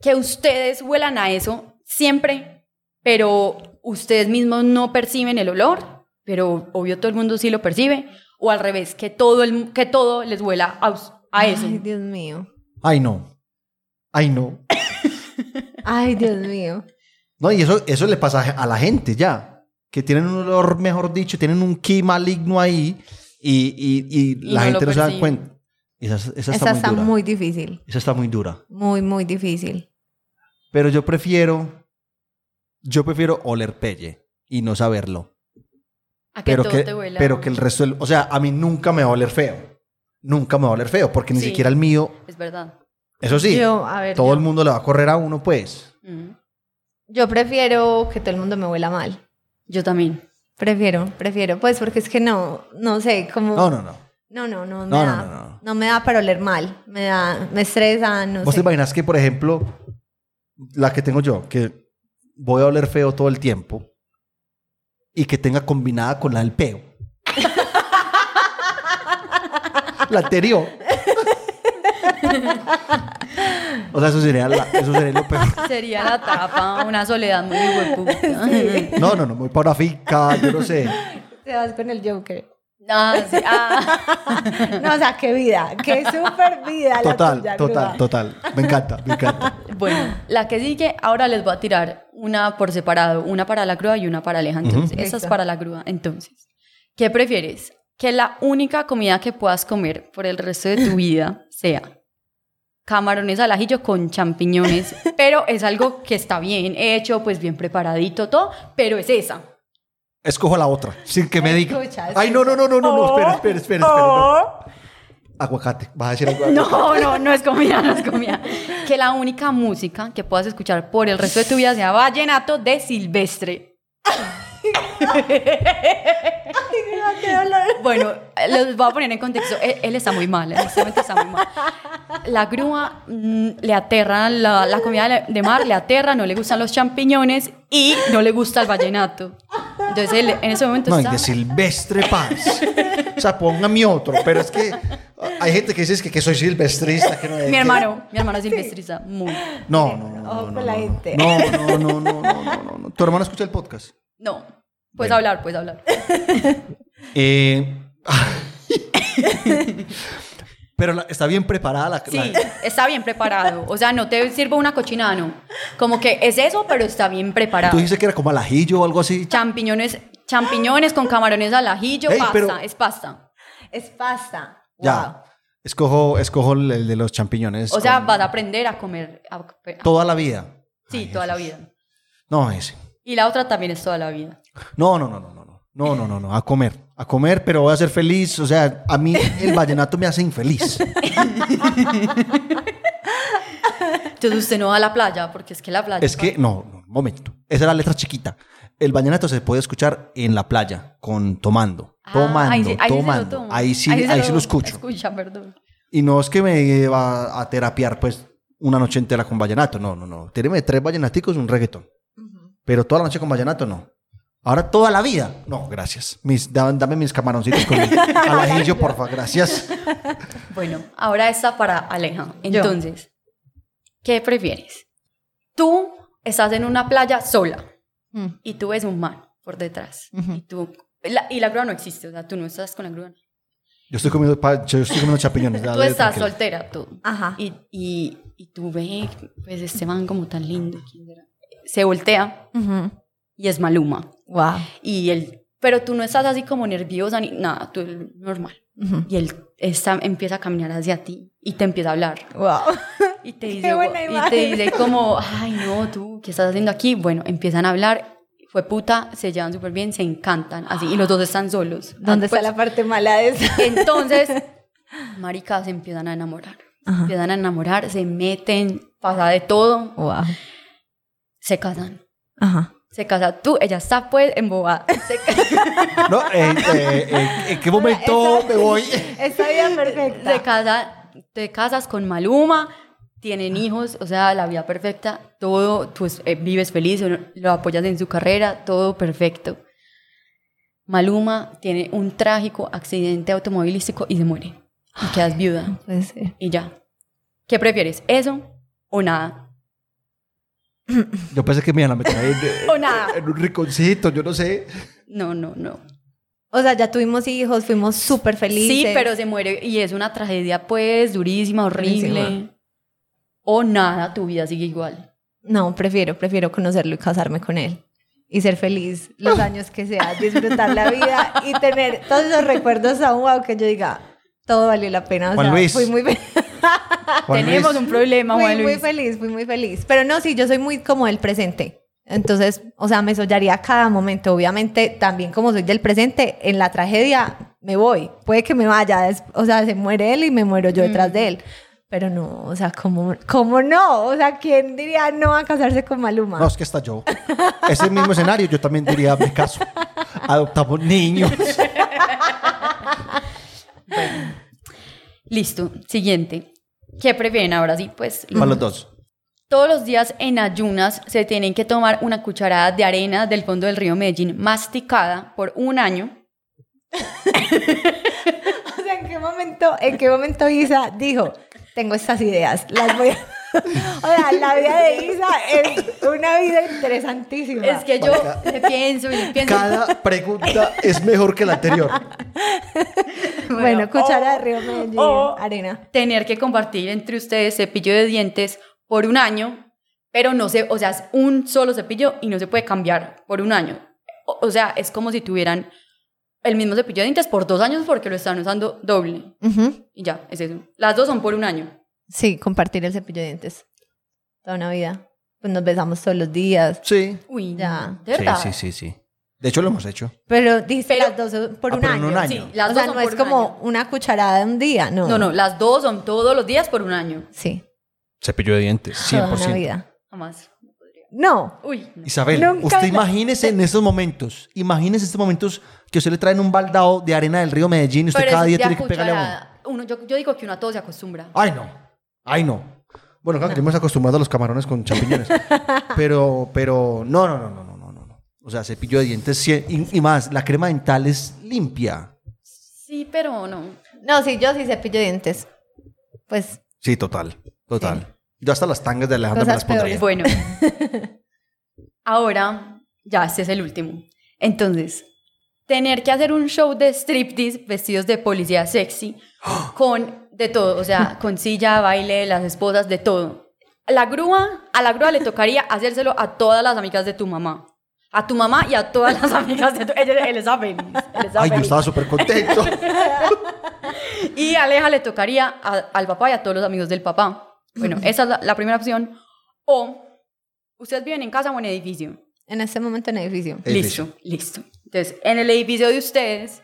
Speaker 1: que ustedes huelan a eso siempre, pero ustedes mismos no perciben el olor, pero obvio todo el mundo sí lo percibe, o al revés, que todo, el, que todo les huela a, us- a eso.
Speaker 2: Ay, Dios mío.
Speaker 3: Ay, no. Ay, no.
Speaker 2: Ay, Dios mío.
Speaker 3: No, y eso, eso le pasa a la gente ya. Que tienen un olor, mejor dicho, tienen un ki maligno ahí y, y- y
Speaker 1: Y
Speaker 3: la
Speaker 1: no
Speaker 3: gente
Speaker 1: lo
Speaker 3: no se da
Speaker 1: percibe.
Speaker 3: cuenta. Esa, esa está
Speaker 2: Esa
Speaker 3: muy
Speaker 2: está
Speaker 3: dura.
Speaker 2: muy difícil.
Speaker 3: Esa está muy dura.
Speaker 2: Muy, muy difícil.
Speaker 3: Pero yo prefiero. Yo prefiero oler pelle y no saberlo.
Speaker 1: a que
Speaker 3: Pero
Speaker 1: todo
Speaker 3: que,
Speaker 1: te huela.
Speaker 3: pero que el resto del- O sea, a mí nunca me va a oler feo. Nunca me va a oler feo, porque ni
Speaker 1: Sí.
Speaker 3: siquiera el mío.
Speaker 1: Es verdad.
Speaker 3: Eso sí,
Speaker 2: Yo, a ver,
Speaker 3: todo
Speaker 2: yo,
Speaker 3: el mundo le va a correr a uno, pues.
Speaker 1: Mm.
Speaker 2: yo prefiero que todo el mundo me huela mal.
Speaker 1: Yo también.
Speaker 2: Prefiero, prefiero. Pues porque es que no, no sé, como...
Speaker 3: No, no, no.
Speaker 2: No, no, no. Me
Speaker 3: No, no,
Speaker 2: da,
Speaker 3: no, no.
Speaker 2: me da para oler mal. Me da, me estresa, no
Speaker 3: ¿Vos
Speaker 2: sé.
Speaker 3: te imaginas que, por ejemplo, la que tengo yo, que voy a oler feo todo el tiempo y que tenga combinada con la del peo? la anterior. o sea, eso sería, la- eso sería lo peor.
Speaker 1: Sería la tapa, una soledad muy hueputa.
Speaker 3: No, no, no, voy para una finca, yo no sé.
Speaker 2: Te vas con el Joker.
Speaker 1: Ah, sí, ah.
Speaker 2: No, o sea, qué vida, qué super vida. la
Speaker 3: Total,
Speaker 2: tuya,
Speaker 3: total,
Speaker 2: grúa.
Speaker 3: total. Me encanta, me encanta.
Speaker 1: Bueno, la que sigue, ahora les voy a tirar una por separado, una para la grúa y una para Aleja. Entonces, esa es
Speaker 2: Listo.
Speaker 1: para la grúa. Entonces, ¿qué prefieres? Que la única comida que puedas comer por el resto de tu vida sea camarones al ajillo con champiñones, pero es algo que está bien hecho, pues bien preparadito, todo, pero es esa.
Speaker 3: Escojo la otra, sin que me diga.
Speaker 2: Escucha,
Speaker 3: Ay, no, no, no, no, no, no, espera,
Speaker 1: Oh,
Speaker 3: espera, espera, espera, no.
Speaker 1: oh.
Speaker 3: Aguacate, vas a decir algo.
Speaker 1: No, no, no es comida, no es comida. Que la única música que puedas escuchar por el resto de tu vida sea Vallenato de Silvestre. Bueno, los voy a poner en contexto. Él, él está muy mal, él honestamente está muy mal. La grúa mm, le aterra, la, la comida de mar le aterra, no le gustan los champiñones y no le gusta el vallenato. Entonces él en ese momento
Speaker 3: No, y
Speaker 1: está...
Speaker 3: de Silvestre Paz. O sea, póngame otro, pero es que hay gente que dice es que, que soy silvestrista. Que no,
Speaker 1: Mi hermano, mi hermano es silvestrista, muy...
Speaker 3: No, no, no.
Speaker 2: Ojo
Speaker 3: no,
Speaker 2: con
Speaker 3: no,
Speaker 2: la
Speaker 3: no.
Speaker 2: gente.
Speaker 3: No, no, no, no, no, no, no, no. ¿Tu hermano escucha el podcast?
Speaker 1: No, puedes
Speaker 3: Bueno.
Speaker 1: hablar, puedes hablar.
Speaker 3: Eh, pero la- está bien preparada la,
Speaker 1: Sí,
Speaker 3: la-
Speaker 1: está bien preparado. O sea, no te sirvo una cochinada, no. Como que es eso, pero está bien
Speaker 3: Tú
Speaker 1: preparado.
Speaker 3: dijiste que era como al ajillo o algo así.
Speaker 1: Champiñones, champiñones con camarones al ajillo,
Speaker 3: Ey,
Speaker 1: pasta,
Speaker 3: pero-
Speaker 1: es pasta.
Speaker 2: Es pasta.
Speaker 3: Ya. Escojo, escojo el, el de los champiñones.
Speaker 1: O sea,
Speaker 3: con-
Speaker 1: vas a aprender a comer. a- a-
Speaker 3: toda la vida.
Speaker 1: sí,
Speaker 3: Ay,
Speaker 1: toda la
Speaker 3: Jesús.
Speaker 1: vida.
Speaker 3: No, ese.
Speaker 1: Y la otra también es toda la vida.
Speaker 3: No, no, no, no, no, no. No, no, no, no. A comer. A comer, pero voy a ser feliz. O sea, a mí el vallenato me hace infeliz.
Speaker 1: Entonces usted no va a la playa, porque es que la playa.
Speaker 3: Es que, no, no, un momento. Esa era la letra chiquita. El vallenato se puede escuchar en la playa, con tomando.
Speaker 1: Ah,
Speaker 3: Tomando,
Speaker 1: ahí sí- ahí sí se lo
Speaker 3: tomando.
Speaker 1: tomo.
Speaker 3: ahí sí, ahí sí,
Speaker 1: se
Speaker 3: lo escucho.
Speaker 1: Escucha, perdón.
Speaker 3: Y no es que me va a terapiar pues una noche entera con vallenato, no, no, no. Tíreme tres vallenaticos y un reggaetón. Pero toda la noche con vallenato, no. Ahora toda la vida. No, gracias. Mis, da- dame mis camaroncitos con el al ajillo, porfa, gracias.
Speaker 1: Bueno, ahora esta para Aleja. Entonces, ¿qué prefieres? Tú estás en una playa sola.
Speaker 2: Mm.
Speaker 1: y tú ves un man por detrás.
Speaker 2: Ujú.
Speaker 1: y, tú, la, y la grúa no existe, o sea, tú no estás con la grúa.
Speaker 3: Yo estoy comiendo, pa- yo estoy comiendo champiñones.
Speaker 1: tú
Speaker 3: dale,
Speaker 1: estás
Speaker 3: tranquila.
Speaker 1: soltera, tú.
Speaker 2: Ajá.
Speaker 1: Y, y, y tú ves pues, este man como tan lindo. ¿quién será? Se voltea
Speaker 2: Ujú.
Speaker 1: y es Maluma.
Speaker 2: Wow.
Speaker 1: Y él, pero tú no estás así como nerviosa ni nada, tú normal.
Speaker 2: Ujú.
Speaker 1: Y él está, empieza a caminar hacia ti y te empieza a hablar.
Speaker 2: Wow.
Speaker 1: Y te dice,
Speaker 2: Qué buena
Speaker 1: y te
Speaker 2: imagen.
Speaker 1: dice como, ay no, tú, ¿qué estás haciendo aquí? Bueno, empiezan a hablar, fue puta, se llevan súper bien, se encantan, así, y los dos están solos.
Speaker 2: ¿Dónde
Speaker 1: Pues,
Speaker 2: está Ah, la parte mala de eso?
Speaker 1: Entonces, maricas se empiezan a enamorar,
Speaker 2: Ajá.
Speaker 1: empiezan a enamorar, se meten, pasa de todo,
Speaker 2: Wow.
Speaker 1: se casan.
Speaker 2: Ajá.
Speaker 1: Se casa tú, ella está pues embobada. Se ca-
Speaker 3: No, eh, eh, eh, ¿En qué momento me voy?
Speaker 2: Está bien perfecta.
Speaker 1: se casa, te casas con Maluma, tienen hijos, o sea, la vida perfecta, todo, tú es- eh, vives feliz, lo apoyas en su carrera, todo perfecto. Maluma tiene un trágico accidente automovilístico y se muere. Y quedas viuda
Speaker 2: Puede ser.
Speaker 1: y ya. ¿Qué prefieres? ¿Eso o nada?
Speaker 3: Yo pensé que me iban a meter en,
Speaker 1: O nada.
Speaker 3: en un rinconcito, yo no sé.
Speaker 1: No, no, no.
Speaker 2: O sea, ya tuvimos hijos, fuimos súper felices.
Speaker 1: Sí, pero se muere y es una tragedia, pues, durísima, horrible.
Speaker 2: Durísima.
Speaker 1: O nada, tu vida sigue igual.
Speaker 2: No, prefiero, prefiero conocerlo y casarme con él. Y ser feliz los años que sea, disfrutar la vida y tener todos los recuerdos aún, wow, que yo diga, todo valió la pena. O
Speaker 3: Juan
Speaker 2: sea,
Speaker 3: Luis.
Speaker 2: fui muy feliz.
Speaker 3: Juan
Speaker 1: Tenemos
Speaker 3: Luis,
Speaker 1: un problema,
Speaker 2: fui
Speaker 1: Juan
Speaker 2: muy
Speaker 1: Luis.
Speaker 2: feliz, fui muy feliz. Pero no, sí, yo soy muy como del presente. Entonces, o sea, me sollaría cada momento. Obviamente, también como soy del presente, en la tragedia me voy. Puede que me vaya, es- o sea, se muere él y me muero yo detrás
Speaker 1: Mm.
Speaker 2: de él. Pero no, o sea, ¿cómo, ¿cómo no? O sea, ¿quién diría no a casarse con Maluma?
Speaker 3: No, es que está yo. Ese mismo escenario yo también diría, me caso. Adoptamos niños.
Speaker 1: Listo, siguiente. ¿Qué prefieren ahora sí? Pues
Speaker 3: Para los dos.
Speaker 1: todos los días en ayunas se tienen que tomar una cucharada de arena del fondo del río Medellín masticada por un año.
Speaker 2: O sea, ¿en qué momento, en qué momento Isa dijo, tengo estas ideas, las voy a... O sea, la vida de Isa es una vida interesantísima.
Speaker 1: Es que yo le pienso y le pienso.
Speaker 3: Cada pregunta es mejor que la anterior.
Speaker 2: bueno,
Speaker 1: Bueno,
Speaker 2: cuchara
Speaker 1: o-
Speaker 2: de río Medellín,
Speaker 1: o-
Speaker 2: arena.
Speaker 1: tener que compartir entre ustedes cepillo de dientes por un año, pero no se, o sea, es un solo cepillo y no se puede cambiar por un año. O, o sea, es como si tuvieran el mismo cepillo de dientes por dos años porque lo están usando doble. Y ya, es eso. Las dos son por un año.
Speaker 2: Sí, compartir el cepillo de dientes. Toda una vida. Pues nos besamos todos los días.
Speaker 3: Sí.
Speaker 1: Uy,
Speaker 2: Ya.
Speaker 1: ¿de verdad?
Speaker 3: Sí, sí, sí, sí. De hecho, lo hemos hecho.
Speaker 2: Pero dijiste
Speaker 1: Pero-
Speaker 2: las dos por
Speaker 3: Ah,
Speaker 2: un
Speaker 3: pero en
Speaker 2: año.
Speaker 3: un año.
Speaker 1: Sí, las
Speaker 2: o
Speaker 1: dos
Speaker 2: sea,
Speaker 1: son
Speaker 2: no
Speaker 1: por
Speaker 2: es
Speaker 1: un
Speaker 2: como
Speaker 1: año.
Speaker 2: una cucharada de un día, no.
Speaker 1: No, no, las dos son todos los días por un año.
Speaker 2: Sí,
Speaker 3: Cepillo de dientes,
Speaker 1: Ah,
Speaker 2: toda una
Speaker 3: 100%.
Speaker 2: vida.
Speaker 1: Jamás.
Speaker 2: No,
Speaker 1: Uy, no.
Speaker 3: Isabel,
Speaker 2: Nunca
Speaker 3: usted
Speaker 2: la-
Speaker 3: imagínese en estos momentos, imagínese estos momentos que a usted le traen un baldado de arena del río Medellín y usted
Speaker 1: Pero
Speaker 3: cada
Speaker 1: es
Speaker 3: día
Speaker 1: de a
Speaker 3: tiene que pegarle a uno.
Speaker 1: cucharada. Uno, yo, yo digo que uno a todo se acostumbra.
Speaker 3: Ay, no. Ay, no. Bueno, claro, que hemos acostumbrado a los camarones con champiñones. pero, pero, no, no, no, no, no, no, no, no. O sea, cepillo de dientes cien- y, y más, la crema dental es limpia.
Speaker 1: Sí, pero no.
Speaker 2: no, sí, yo sí cepillo de dientes. Pues
Speaker 3: Sí, total, total. Yo hasta las tangas de Alejandro
Speaker 2: Cosas
Speaker 3: me las pondría.
Speaker 1: Bueno. Ahora, ya, este es el último. Entonces, tener que hacer un show de striptease vestidos de policía sexy, con de todo, o sea, con silla, baile, las esposas, de todo. La grúa, a la grúa le tocaría hacérselo a todas las amigas de tu mamá. A tu mamá y a todas las amigas de tu... Él, él está feliz. él está
Speaker 3: Ay, yo
Speaker 1: feliz.
Speaker 3: estaba súper contento.
Speaker 1: Y a Aleja le tocaría a- al papá y a todos los amigos del papá. Bueno, esa es la, la primera opción. O, ¿ustedes viven en casa o en edificio?
Speaker 2: en este momento en edificio.
Speaker 3: Edificio.
Speaker 1: Listo, listo. Entonces, en el edificio de ustedes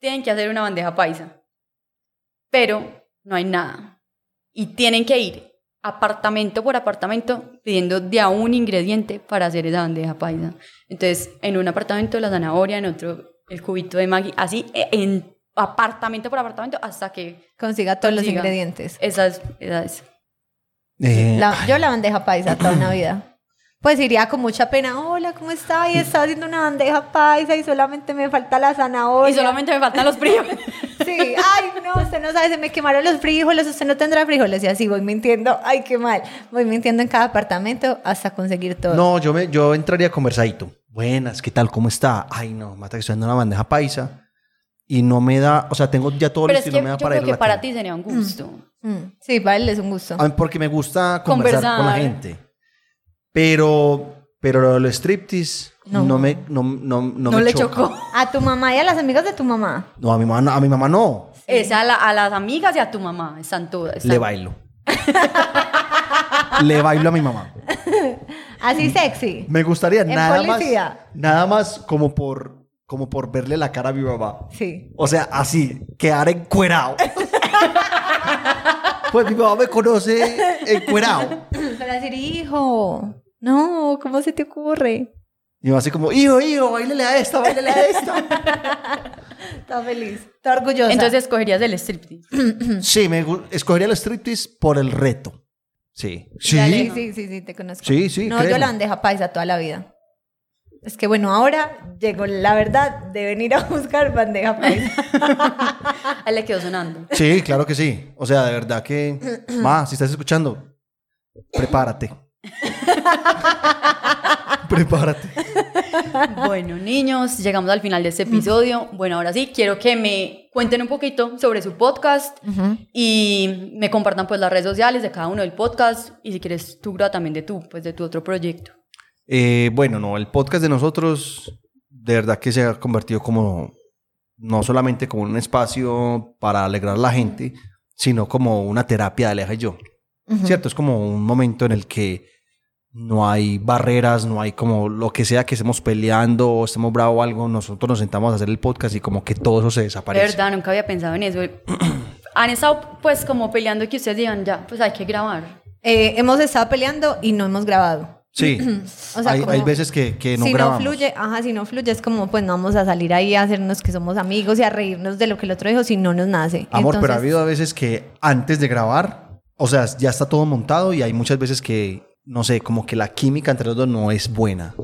Speaker 1: tienen que hacer una bandeja paisa. Pero no hay nada. Y tienen que ir apartamento por apartamento pidiendo de a un ingrediente para hacer esa bandeja paisa. Entonces, en un apartamento la zanahoria, en otro el cubito de Maggi, así eh, en apartamento por apartamento hasta que
Speaker 2: Consiga todos
Speaker 1: Consiga.
Speaker 2: los ingredientes.
Speaker 1: esa es, esa es.
Speaker 3: Eh,
Speaker 2: La- yo la bandeja paisa toda una vida. Pues iría con mucha pena, hola, ¿cómo está? Y estaba haciendo una bandeja paisa y solamente me falta la zanahoria.
Speaker 1: Y solamente me faltan los frijoles.
Speaker 2: Sí, ay, no, usted no sabe, se me quemaron los frijoles, usted no tendrá frijoles. Y así voy mintiendo, ay, qué mal. Voy mintiendo en cada apartamento hasta conseguir todo.
Speaker 3: No, yo, me, yo entraría conversadito. Buenas, ¿qué tal? ¿Cómo está? Ay, no, mata que estoy en una bandeja paisa y no me da, o sea, tengo ya todo
Speaker 1: Pero es
Speaker 3: listo
Speaker 1: que
Speaker 3: y no me
Speaker 1: yo
Speaker 3: da para
Speaker 1: creo
Speaker 3: ir a
Speaker 1: que
Speaker 3: la
Speaker 1: para
Speaker 3: cama.
Speaker 1: ti sería un gusto.
Speaker 2: Mm, sí, para él es un gusto.
Speaker 3: Ah, Porque me gusta conversar, con la
Speaker 1: Conversar.
Speaker 3: gente. Pero, pero lo striptease no,
Speaker 2: No.
Speaker 3: me, no, no, no,
Speaker 1: No
Speaker 3: me
Speaker 1: le
Speaker 3: choca.
Speaker 1: chocó.
Speaker 2: A tu mamá y a las amigas de tu mamá.
Speaker 3: No, a mi mamá no. A mi mamá no.
Speaker 1: Es a, la- a las amigas y a tu mamá. Están todas. están-
Speaker 3: Le bailo. le bailo a mi mamá. Mm.
Speaker 2: Así sexy.
Speaker 3: Me gustaría
Speaker 2: En
Speaker 3: nada
Speaker 2: policía.
Speaker 3: más, nada más como por, como por verle la cara a mi mamá.
Speaker 2: Sí.
Speaker 3: O sea, así, quedar encuerado. pues mi mamá me conoce encuerado.
Speaker 2: Para decir, hijo, no, ¿cómo se te ocurre?
Speaker 3: Y va así como, hijo, hijo, bailele a esta, bailele a esta.
Speaker 2: Está feliz, está orgullosa.
Speaker 1: Entonces escogerías el striptease.
Speaker 3: sí, me gu- escogería el striptease por el reto. Sí.
Speaker 2: sí,
Speaker 3: Sí.
Speaker 2: sí, sí, sí, te conozco.
Speaker 3: Sí, sí,
Speaker 2: No,
Speaker 3: créeme.
Speaker 2: yo la bandeja paisa toda la vida. Es que bueno, ahora llegó la verdad de venir a buscar bandeja paisa. Ah,
Speaker 1: A él le quedó sonando.
Speaker 3: Sí, claro que sí. O sea, de verdad que, ma, si estás escuchando, prepárate. prepárate.
Speaker 2: Ah.
Speaker 1: Bueno, niños, llegamos al final de este episodio. Bueno, ahora sí, quiero que me cuenten un poquito sobre su podcast y me compartan pues las redes sociales de cada uno del podcast y si quieres tú, Gra, también de tú, pues de tu otro proyecto.
Speaker 3: Eh, bueno, no, el podcast de nosotros de verdad que se ha convertido como no solamente como un espacio para alegrar a la gente, sino como una terapia de Aleja y yo. ¿Cierto? Es como un momento en el que no hay barreras, no hay como lo que sea que estemos peleando o estemos bravos o algo, nosotros nos sentamos a hacer el podcast y como que todo eso se
Speaker 1: De
Speaker 3: desaparece.
Speaker 1: verdad, nunca había pensado en eso. Han estado pues como peleando que ustedes digan, ya, pues hay que grabar.
Speaker 2: Eh, hemos estado peleando y no hemos grabado.
Speaker 3: Sí.
Speaker 2: O sea,
Speaker 3: hay,
Speaker 2: como-
Speaker 3: hay veces que, que Eh, no
Speaker 2: si
Speaker 3: grabamos.
Speaker 2: no fluye, ajá, si no fluye es como pues no vamos a salir ahí a hacernos que somos amigos y a reírnos de lo que el otro dijo si no nos nace.
Speaker 3: Amor, pero
Speaker 2: Entonces,
Speaker 3: ha habido a veces que antes de grabar, o sea, ya está todo montado y hay muchas veces que, no sé, como que la química entre los dos no es buena.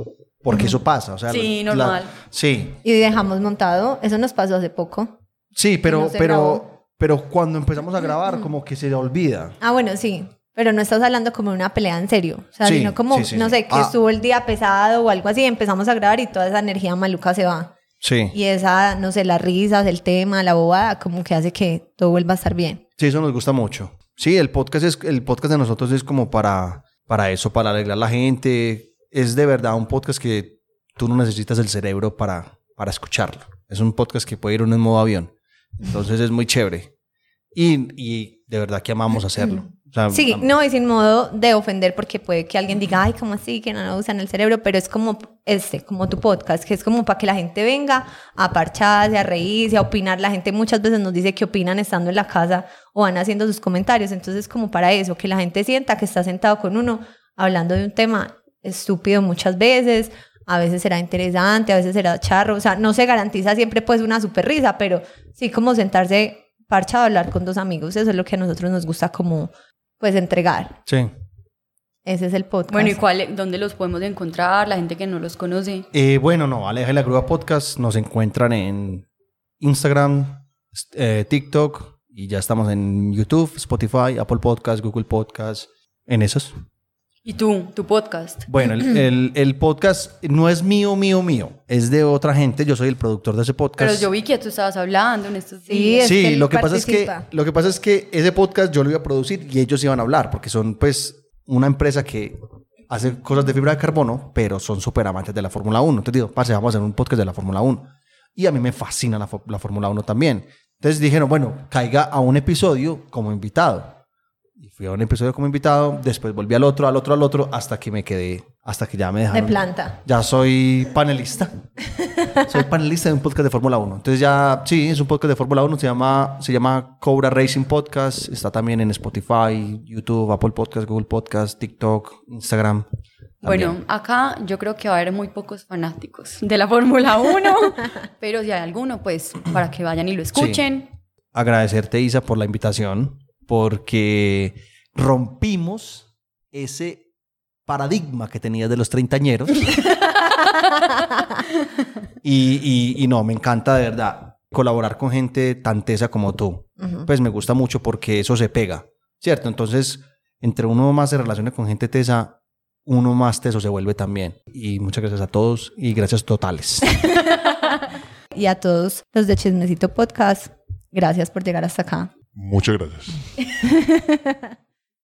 Speaker 3: Porque eso pasa, o sea.
Speaker 1: Sí,
Speaker 3: la-
Speaker 1: normal.
Speaker 3: sí,
Speaker 2: Y dejamos montado, eso nos pasó hace poco.
Speaker 3: sí, pero,
Speaker 2: no se
Speaker 3: pero,
Speaker 2: grabó. Mm,
Speaker 3: pero cuando empezamos a grabar, como que se le olvida.
Speaker 2: Ah, bueno, sí. Pero no estás hablando como de una pelea en serio. O sea,
Speaker 3: Sí,
Speaker 2: sino como,
Speaker 3: sí, sí,
Speaker 2: no
Speaker 3: sí.
Speaker 2: sé, que
Speaker 3: Ah.
Speaker 2: estuvo el día pesado o algo así, empezamos a grabar y toda esa energía maluca se va.
Speaker 3: Sí.
Speaker 2: Y esa, no sé, las risas, el tema, la bobada, como que hace que todo vuelva a estar bien.
Speaker 3: Sí, eso nos gusta mucho. Sí, el podcast, es, el podcast de nosotros es como para, para eso, para alegrar a la gente. Es de verdad un podcast que tú no necesitas el cerebro para, para escucharlo. Es un podcast que puede ir uno en modo avión. Entonces es muy chévere. Y, y de verdad que amamos hacerlo. sea,
Speaker 2: Sí,
Speaker 3: am-
Speaker 2: no, y sin modo de ofender, porque puede que alguien diga, ay, ¿cómo así? Que no, no usan el cerebro, pero es como este, como tu podcast, que es como para que la gente venga a parcharse, a reírse, a opinar. La gente muchas veces nos dice que opinan estando en la casa o van haciendo sus comentarios. Entonces, como para eso, que la gente sienta que está sentado con uno hablando de un tema estúpido muchas veces. A veces será interesante, a veces será charro. O sea, no se garantiza siempre pues una super risa, pero sí como sentarse parchado a hablar con dos amigos. Eso es lo que a nosotros nos gusta como pues entregar.
Speaker 3: Sí.
Speaker 2: Ese es el podcast.
Speaker 4: Bueno, ¿y cuál, dónde los podemos encontrar? La gente que no los conoce.
Speaker 3: Eh, bueno, no, Aleja y la Grúa Podcast nos encuentran en Instagram, s- eh, TikTok y ya estamos en YouTube, Spotify, Apple Podcast, Google Podcast, en esos.
Speaker 4: ¿Y tú, tu podcast?
Speaker 3: Bueno, el, el- el podcast no es mío, mío, mío, es de otra gente, yo soy el productor de ese podcast.
Speaker 4: Pero yo vi que tú estabas hablando en estos
Speaker 2: Sí,
Speaker 4: días.
Speaker 2: es que
Speaker 3: Sí,
Speaker 2: él
Speaker 3: lo que, pasa es que,
Speaker 2: participa.
Speaker 3: lo que pasa es que ese podcast yo lo iba a producir y ellos iban a hablar, porque son pues una empresa que hace cosas de fibra de carbono, pero son súper amantes de la Fórmula 1. Entonces digo, parce, vamos a hacer un podcast de la Fórmula 1. Y a mí me fascina la, fo- la Fórmula 1 también. Entonces dijeron, bueno, caiga a un episodio como invitado. Y fui a un episodio como invitado, después volví al otro, al otro, al otro, hasta que me quedé, hasta que ya me
Speaker 2: de
Speaker 3: dejaron.
Speaker 2: planta.
Speaker 3: Ya soy panelista. Soy panelista de un podcast de Fórmula 1. Entonces ya, sí, es un podcast de Fórmula 1. Se llama, se llama Cobra Racing Podcast. Está también en Spotify, YouTube, Apple Podcast, Google Podcast, TikTok, Instagram. también.
Speaker 4: Bueno, acá yo creo que va a haber muy pocos fanáticos de la Fórmula 1, pero si hay alguno, pues para que vayan y lo escuchen.
Speaker 3: Agradecerte, Isa, por la invitación. Porque rompimos ese paradigma que tenías de los treintañeros. y, y- y no, me encanta de verdad colaborar con gente tan tesa como tú.
Speaker 2: Ujú.
Speaker 3: pues me gusta mucho porque eso se pega, ¿cierto? Entonces, entre uno más se relaciona con gente tesa, uno más teso se vuelve también. Y muchas gracias a todos y gracias totales.
Speaker 2: Y a todos los de Chismecito Podcast, gracias por llegar hasta acá.
Speaker 5: Muchas gracias.